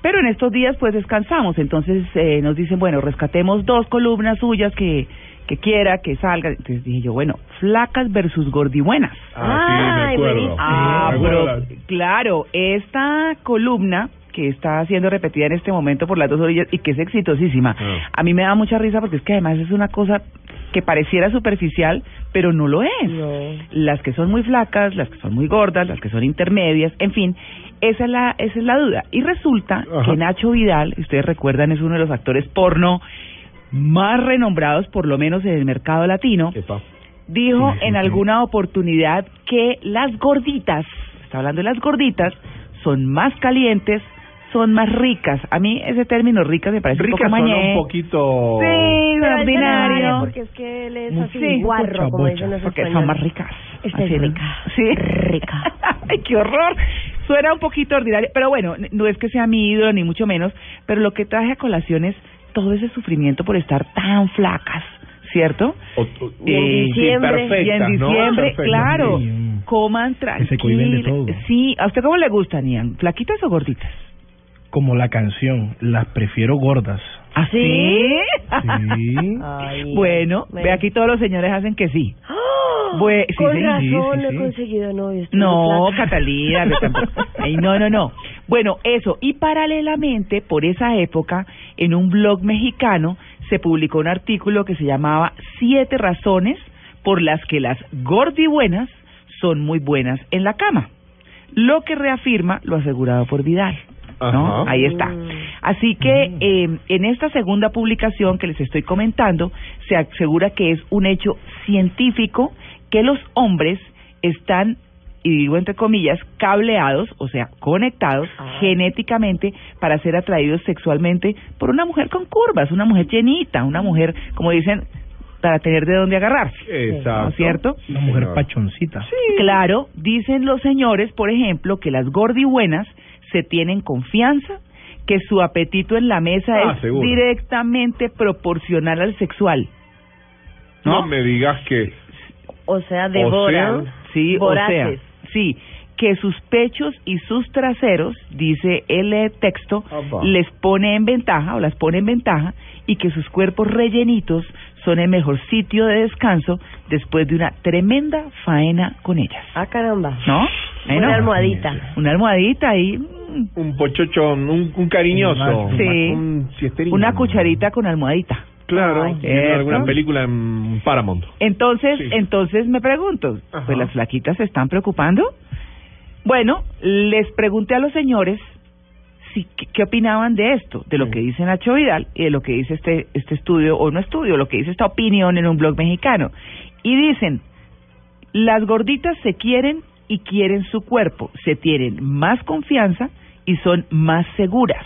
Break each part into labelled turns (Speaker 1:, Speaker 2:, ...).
Speaker 1: Pero en estos días pues descansamos, entonces eh, nos dicen, bueno, rescatemos dos columnas suyas que, que quiera, que salga. Entonces dije yo, bueno, flacas versus gordibuenas.
Speaker 2: Ah, sí, me acuerdo.
Speaker 1: Ah,
Speaker 2: ¿Te
Speaker 1: pero
Speaker 2: acuerdas?
Speaker 1: claro, esta columna que está siendo repetida en este momento por las dos orillas y que es exitosísima,
Speaker 2: Ah.
Speaker 1: a mí me da mucha risa porque es que además es una cosa que pareciera superficial, pero no lo es. Las que son muy flacas, las que son muy gordas, las que son intermedias, en fin, esa es la, esa es la duda. Y resulta
Speaker 2: Ajá.
Speaker 1: que Nacho Vidal, ustedes recuerdan, es uno de los actores porno más renombrados, por lo menos en el mercado latino
Speaker 2: Epa.
Speaker 1: dijo en alguna oportunidad que las gorditas, está hablando de las gorditas, son más calientes, son más ricas. A mí ese término ricas me parece
Speaker 2: Rica
Speaker 1: un poco
Speaker 2: suena
Speaker 1: mañé.
Speaker 2: un poquito...
Speaker 1: Sí,
Speaker 3: Pero él se la vale
Speaker 1: ordinario.
Speaker 3: Porque es que él es
Speaker 1: Sí,
Speaker 3: así, guarro, como
Speaker 2: bocha,
Speaker 3: dicen los
Speaker 1: Porque son
Speaker 3: españoles.
Speaker 1: más ricas.
Speaker 3: Esta es
Speaker 1: Así, ¿no?
Speaker 3: rica.
Speaker 1: Sí.
Speaker 3: Rica.
Speaker 1: Ay, qué horror. Suena un poquito ordinario, pero bueno, n- no es que sea mi ídolo ni mucho menos, pero lo que traje a colación es todo ese sufrimiento por estar tan flacas, ¿cierto?
Speaker 2: O- o-
Speaker 1: Y en
Speaker 2: sí,
Speaker 3: diciembre.
Speaker 2: perfecta,
Speaker 1: y en
Speaker 2: ¿no?
Speaker 1: diciembre,
Speaker 2: Perfecta.
Speaker 1: claro,
Speaker 2: Sí.
Speaker 1: coman
Speaker 4: se cohíben de
Speaker 1: tranquilo.
Speaker 4: todo.
Speaker 1: Sí, ¿a usted cómo le gustan, Ian? ¿Flaquitas o gorditas?
Speaker 4: Como la canción, las prefiero gordas.
Speaker 1: ¿Así?
Speaker 4: Sí.
Speaker 1: Ah.
Speaker 3: Ay,
Speaker 1: bueno,
Speaker 3: me-
Speaker 1: ve aquí todos los señores hacen que sí.
Speaker 3: ¡Ah!
Speaker 1: Bue- sí,
Speaker 3: Con
Speaker 1: sí, sí,
Speaker 3: razón
Speaker 4: sí,
Speaker 3: no
Speaker 4: sí.
Speaker 3: he conseguido novio. estoy
Speaker 1: No,
Speaker 3: muy flaca.
Speaker 1: Catalina, no, tampoco. Ay, no, no, no. Bueno, eso. Y paralelamente, por esa época, en un blog mexicano se publicó un artículo que se llamaba Siete razones por las que las gordibuenas son muy buenas en la cama. Lo que reafirma lo asegurado por Vidal. ¿no?
Speaker 2: Ajá.
Speaker 1: Ahí está. Así que eh, en esta segunda publicación que les estoy comentando, se asegura que es un hecho científico que los hombres están, y digo entre comillas, cableados, o sea, conectados genéticamente para ser atraídos sexualmente por una mujer con curvas, una mujer llenita, una mujer, como dicen, para tener de dónde agarrarse.
Speaker 2: Exacto.
Speaker 1: ¿No es cierto?
Speaker 4: La mujer
Speaker 2: señor.
Speaker 4: pachoncita.
Speaker 1: Claro, dicen los señores, por ejemplo, que las gordibuenas se tienen confianza, que su apetito en la mesa
Speaker 2: Ah,
Speaker 1: es
Speaker 2: seguro.
Speaker 1: directamente proporcional al sexual.
Speaker 2: No me digas que...
Speaker 3: O sea, devoran.
Speaker 1: Sí, o
Speaker 3: voraces.
Speaker 1: sea, sí, que sus pechos y sus traseros, dice el eh, texto,
Speaker 2: Apa.
Speaker 1: les pone en ventaja o las pone en ventaja y que sus cuerpos rellenitos son el mejor sitio de descanso después de una tremenda faena con ellas.
Speaker 3: Ah, caramba.
Speaker 1: ¿No? Eh,
Speaker 3: Una
Speaker 1: no.
Speaker 3: almohadita.
Speaker 1: Una almohadita ahí, mm,
Speaker 2: Un pochochón, un, un cariñoso.
Speaker 1: Sí.
Speaker 2: Un siestrín.
Speaker 1: una cucharita con almohadita.
Speaker 2: Claro,
Speaker 1: Ay,
Speaker 2: en alguna
Speaker 1: ¿cierto?
Speaker 2: película en Paramount.
Speaker 1: Entonces,
Speaker 2: Sí.
Speaker 1: entonces me pregunto,
Speaker 2: Ajá.
Speaker 1: ¿pues las flaquitas se están preocupando? Bueno, les pregunté a los señores si qué, qué opinaban de esto, de lo
Speaker 2: Sí.
Speaker 1: que dice Nacho Vidal y de lo que dice este este estudio o no estudio, lo que dice esta opinión en un blog mexicano. Y dicen, las gorditas se quieren y quieren su cuerpo, se tienen más confianza y son más seguras.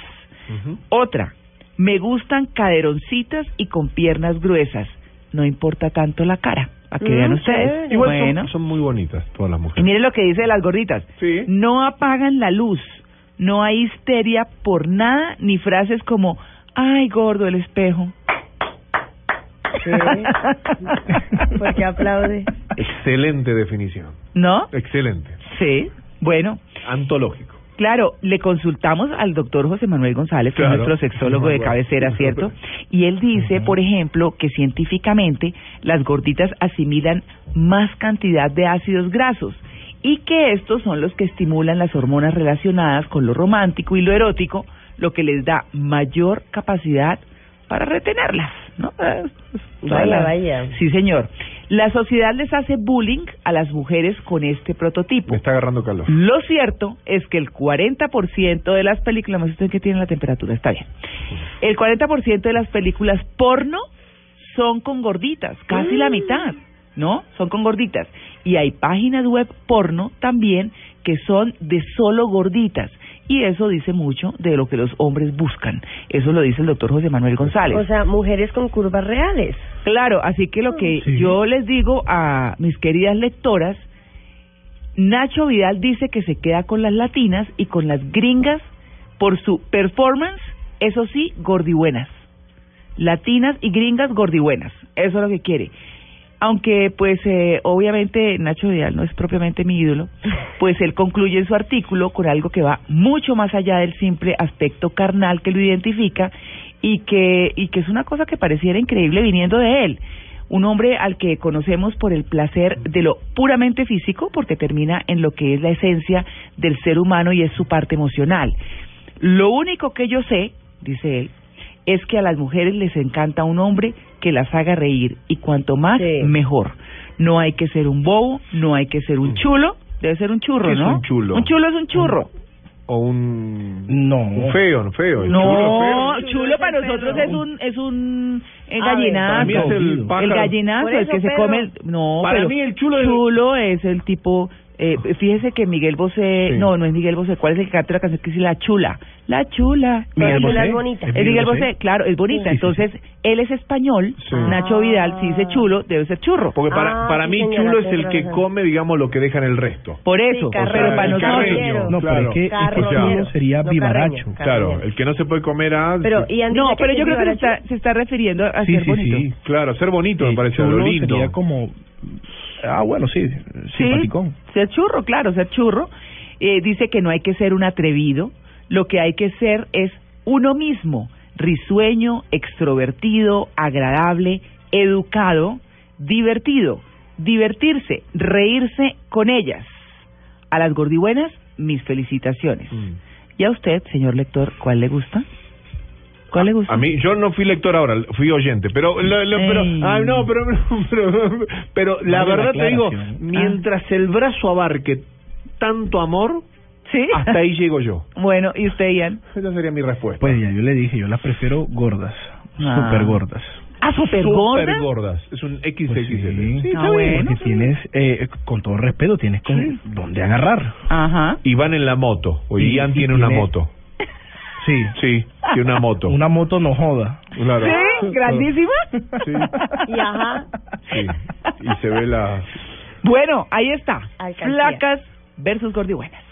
Speaker 2: Ujú.
Speaker 1: Otra, me gustan caderoncitas y con piernas gruesas. No importa tanto la cara, a que
Speaker 3: Mm,
Speaker 1: vean ustedes.
Speaker 3: chévere.
Speaker 2: Igual son-
Speaker 1: Eh, bueno,
Speaker 2: son, muy bonitas todas las
Speaker 1: y
Speaker 2: mujeres.
Speaker 1: miren lo que dice de las gorditas.
Speaker 2: Sí.
Speaker 1: No apagan la luz, no hay histeria por nada, ni frases como, ay, gordo el espejo.
Speaker 3: ¿Por qué aplaude?
Speaker 2: Excelente definición.
Speaker 1: ¿No?
Speaker 2: Excelente.
Speaker 1: Sí. Bueno,
Speaker 2: Antológico.
Speaker 1: Claro, le consultamos al doctor José Manuel González, que
Speaker 2: Claro.
Speaker 1: es nuestro sexólogo de
Speaker 2: Bueno,
Speaker 1: cabecera,
Speaker 2: bueno.
Speaker 1: ¿cierto? Y él dice, por ejemplo, que científicamente las gorditas asimilan más cantidad de ácidos grasos y que estos son los que estimulan las hormonas relacionadas con lo romántico y lo erótico, lo que les da mayor capacidad para retenerlas, ¿no? Eh, toda
Speaker 3: Vaya, vaya.
Speaker 1: Sí, señor. La sociedad les hace bullying a las mujeres con este prototipo.
Speaker 2: Me está agarrando calor.
Speaker 1: Lo cierto es que el 40% de las películas, más usted que tiene la temperatura, está bien. El 40% de las películas porno son con gorditas, casi la mitad, ¿no? Son con gorditas. Y hay páginas web porno también que son de solo gorditas Y eso dice mucho de lo que los hombres buscan. Eso lo dice el doctor José Manuel González.
Speaker 3: O sea, mujeres con curvas reales.
Speaker 1: Claro, así que lo que
Speaker 4: Sí.
Speaker 1: yo les digo a mis queridas lectoras, Nacho Vidal dice que se queda con las latinas y con las gringas por su performance, eso sí, gordibuenas. Latinas y gringas gordibuenas, eso es lo que quiere. Aunque, pues, eh, obviamente Nacho Vidal no es propiamente mi ídolo, pues él concluye en su artículo con algo que va mucho más allá del simple aspecto carnal que lo identifica y que, y que es una cosa que pareciera increíble viniendo de él. Un hombre al que conocemos por el placer de lo puramente físico, porque termina en lo que es la esencia del ser humano y es su parte emocional. Lo único que yo sé, dice él, es que a las mujeres les encanta un hombre que las haga reír y cuanto más
Speaker 3: Sí.
Speaker 1: mejor. No hay que ser un bobo, no hay que ser un chulo, debe ser un churro,
Speaker 2: ¿Qué es
Speaker 1: ¿no?
Speaker 2: un chulo?
Speaker 1: Un chulo es un churro.
Speaker 2: O un...
Speaker 4: No.
Speaker 2: un feo, no feo. el
Speaker 1: No,
Speaker 2: chulo
Speaker 1: chulo,
Speaker 2: feo.
Speaker 1: para nosotros es un es un el
Speaker 3: A ver,
Speaker 2: Para mí es
Speaker 1: gallinazo.
Speaker 2: el pájaro.
Speaker 1: El gallinazo,
Speaker 3: Por
Speaker 1: el que
Speaker 3: eso,
Speaker 1: se
Speaker 3: pero-
Speaker 1: come. el- no,
Speaker 2: Para
Speaker 1: pero
Speaker 2: mí el chulo es-
Speaker 1: es el tipo. eh, fíjese que Miguel Bosé.
Speaker 2: Sí.
Speaker 1: No, no es Miguel Bosé. ¿Cuál es el que canta la canción que dice La Chula? La Chula.
Speaker 3: Miguel Bosé.
Speaker 1: Es
Speaker 3: bonita.
Speaker 1: Es Eh, Miguel Bosé, claro, es bonita.
Speaker 2: ¿eh? Sí, sí,
Speaker 1: Entonces, él es español.
Speaker 2: Sí.
Speaker 1: Nacho Vidal, si dice chulo, debe ser churro.
Speaker 2: Porque para,
Speaker 3: Ah,
Speaker 2: para
Speaker 3: sí,
Speaker 2: mí
Speaker 3: señora,
Speaker 2: chulo es
Speaker 3: tiene
Speaker 2: el que
Speaker 3: razón.
Speaker 2: come, digamos, lo que dejan el resto.
Speaker 1: Por eso.
Speaker 3: Sí, carrero,
Speaker 1: pero para
Speaker 2: el
Speaker 1: nosotros.
Speaker 3: carreño.
Speaker 4: No, pero
Speaker 2: Claro.
Speaker 4: es que
Speaker 3: Carroñero.
Speaker 4: este término sería
Speaker 3: No,
Speaker 4: vivaracho.
Speaker 3: carreño.
Speaker 2: Claro, el que no se puede comer ah, a...
Speaker 3: Pero, y antes
Speaker 1: No,
Speaker 3: de que
Speaker 1: pero
Speaker 3: se
Speaker 1: yo creo que se
Speaker 3: llevara
Speaker 1: está, se está refiriendo a
Speaker 4: Sí,
Speaker 1: ser
Speaker 4: sí,
Speaker 1: bonito.
Speaker 4: sí.
Speaker 2: Claro, ser bonito me
Speaker 4: Eh,
Speaker 2: parece
Speaker 4: chulo
Speaker 2: lo lindo.
Speaker 4: sería como... Ah, bueno, sí, simpaticón.
Speaker 1: ser churro, claro, ser churro. Eh, dice que no hay que ser un atrevido, lo que hay que ser es uno mismo, risueño, extrovertido, agradable, educado, divertido, divertirse, reírse con ellas. A las gordibuenas, mis felicitaciones.
Speaker 2: Mm.
Speaker 1: Y a usted, señor lector, ¿cuál le gusta? ¿Cuál le gusta?
Speaker 2: A mí, yo no fui lector ahora, fui oyente, pero, lo- lo- pero,
Speaker 1: Ey.
Speaker 2: ay, no, pero, pero, pero la
Speaker 4: Vale la
Speaker 2: verdad te digo,
Speaker 4: aclaración.
Speaker 2: mientras el brazo abarque tanto amor,
Speaker 1: ¿Sí?
Speaker 2: hasta ahí llego yo.
Speaker 1: bueno, ¿y usted, Ian?
Speaker 2: Esa sería mi respuesta.
Speaker 4: Pues ya yo le dije, yo las prefiero gordas,
Speaker 1: Ah.
Speaker 4: super gordas.
Speaker 1: Ah, super
Speaker 2: Super
Speaker 1: gorda.
Speaker 2: gordas, es un XXL.
Speaker 4: Pues sí.
Speaker 1: Ah, bueno.
Speaker 4: Porque tienes, eh, con todo respeto, tienes con dónde agarrar.
Speaker 1: Ajá.
Speaker 2: Y van en la moto, o
Speaker 4: Y-
Speaker 2: Ian
Speaker 4: y
Speaker 2: tiene una
Speaker 4: tiene-
Speaker 2: moto.
Speaker 4: Sí,
Speaker 2: Sí, tiene una moto.
Speaker 4: una moto no joda.
Speaker 2: Claro.
Speaker 1: ¿Sí? ¿Grandísima?
Speaker 2: Sí.
Speaker 3: Y ajá.
Speaker 2: Sí, y se ve la...
Speaker 1: Bueno, ahí está.
Speaker 3: Alcancía.
Speaker 1: Flacas versus gordibuenas.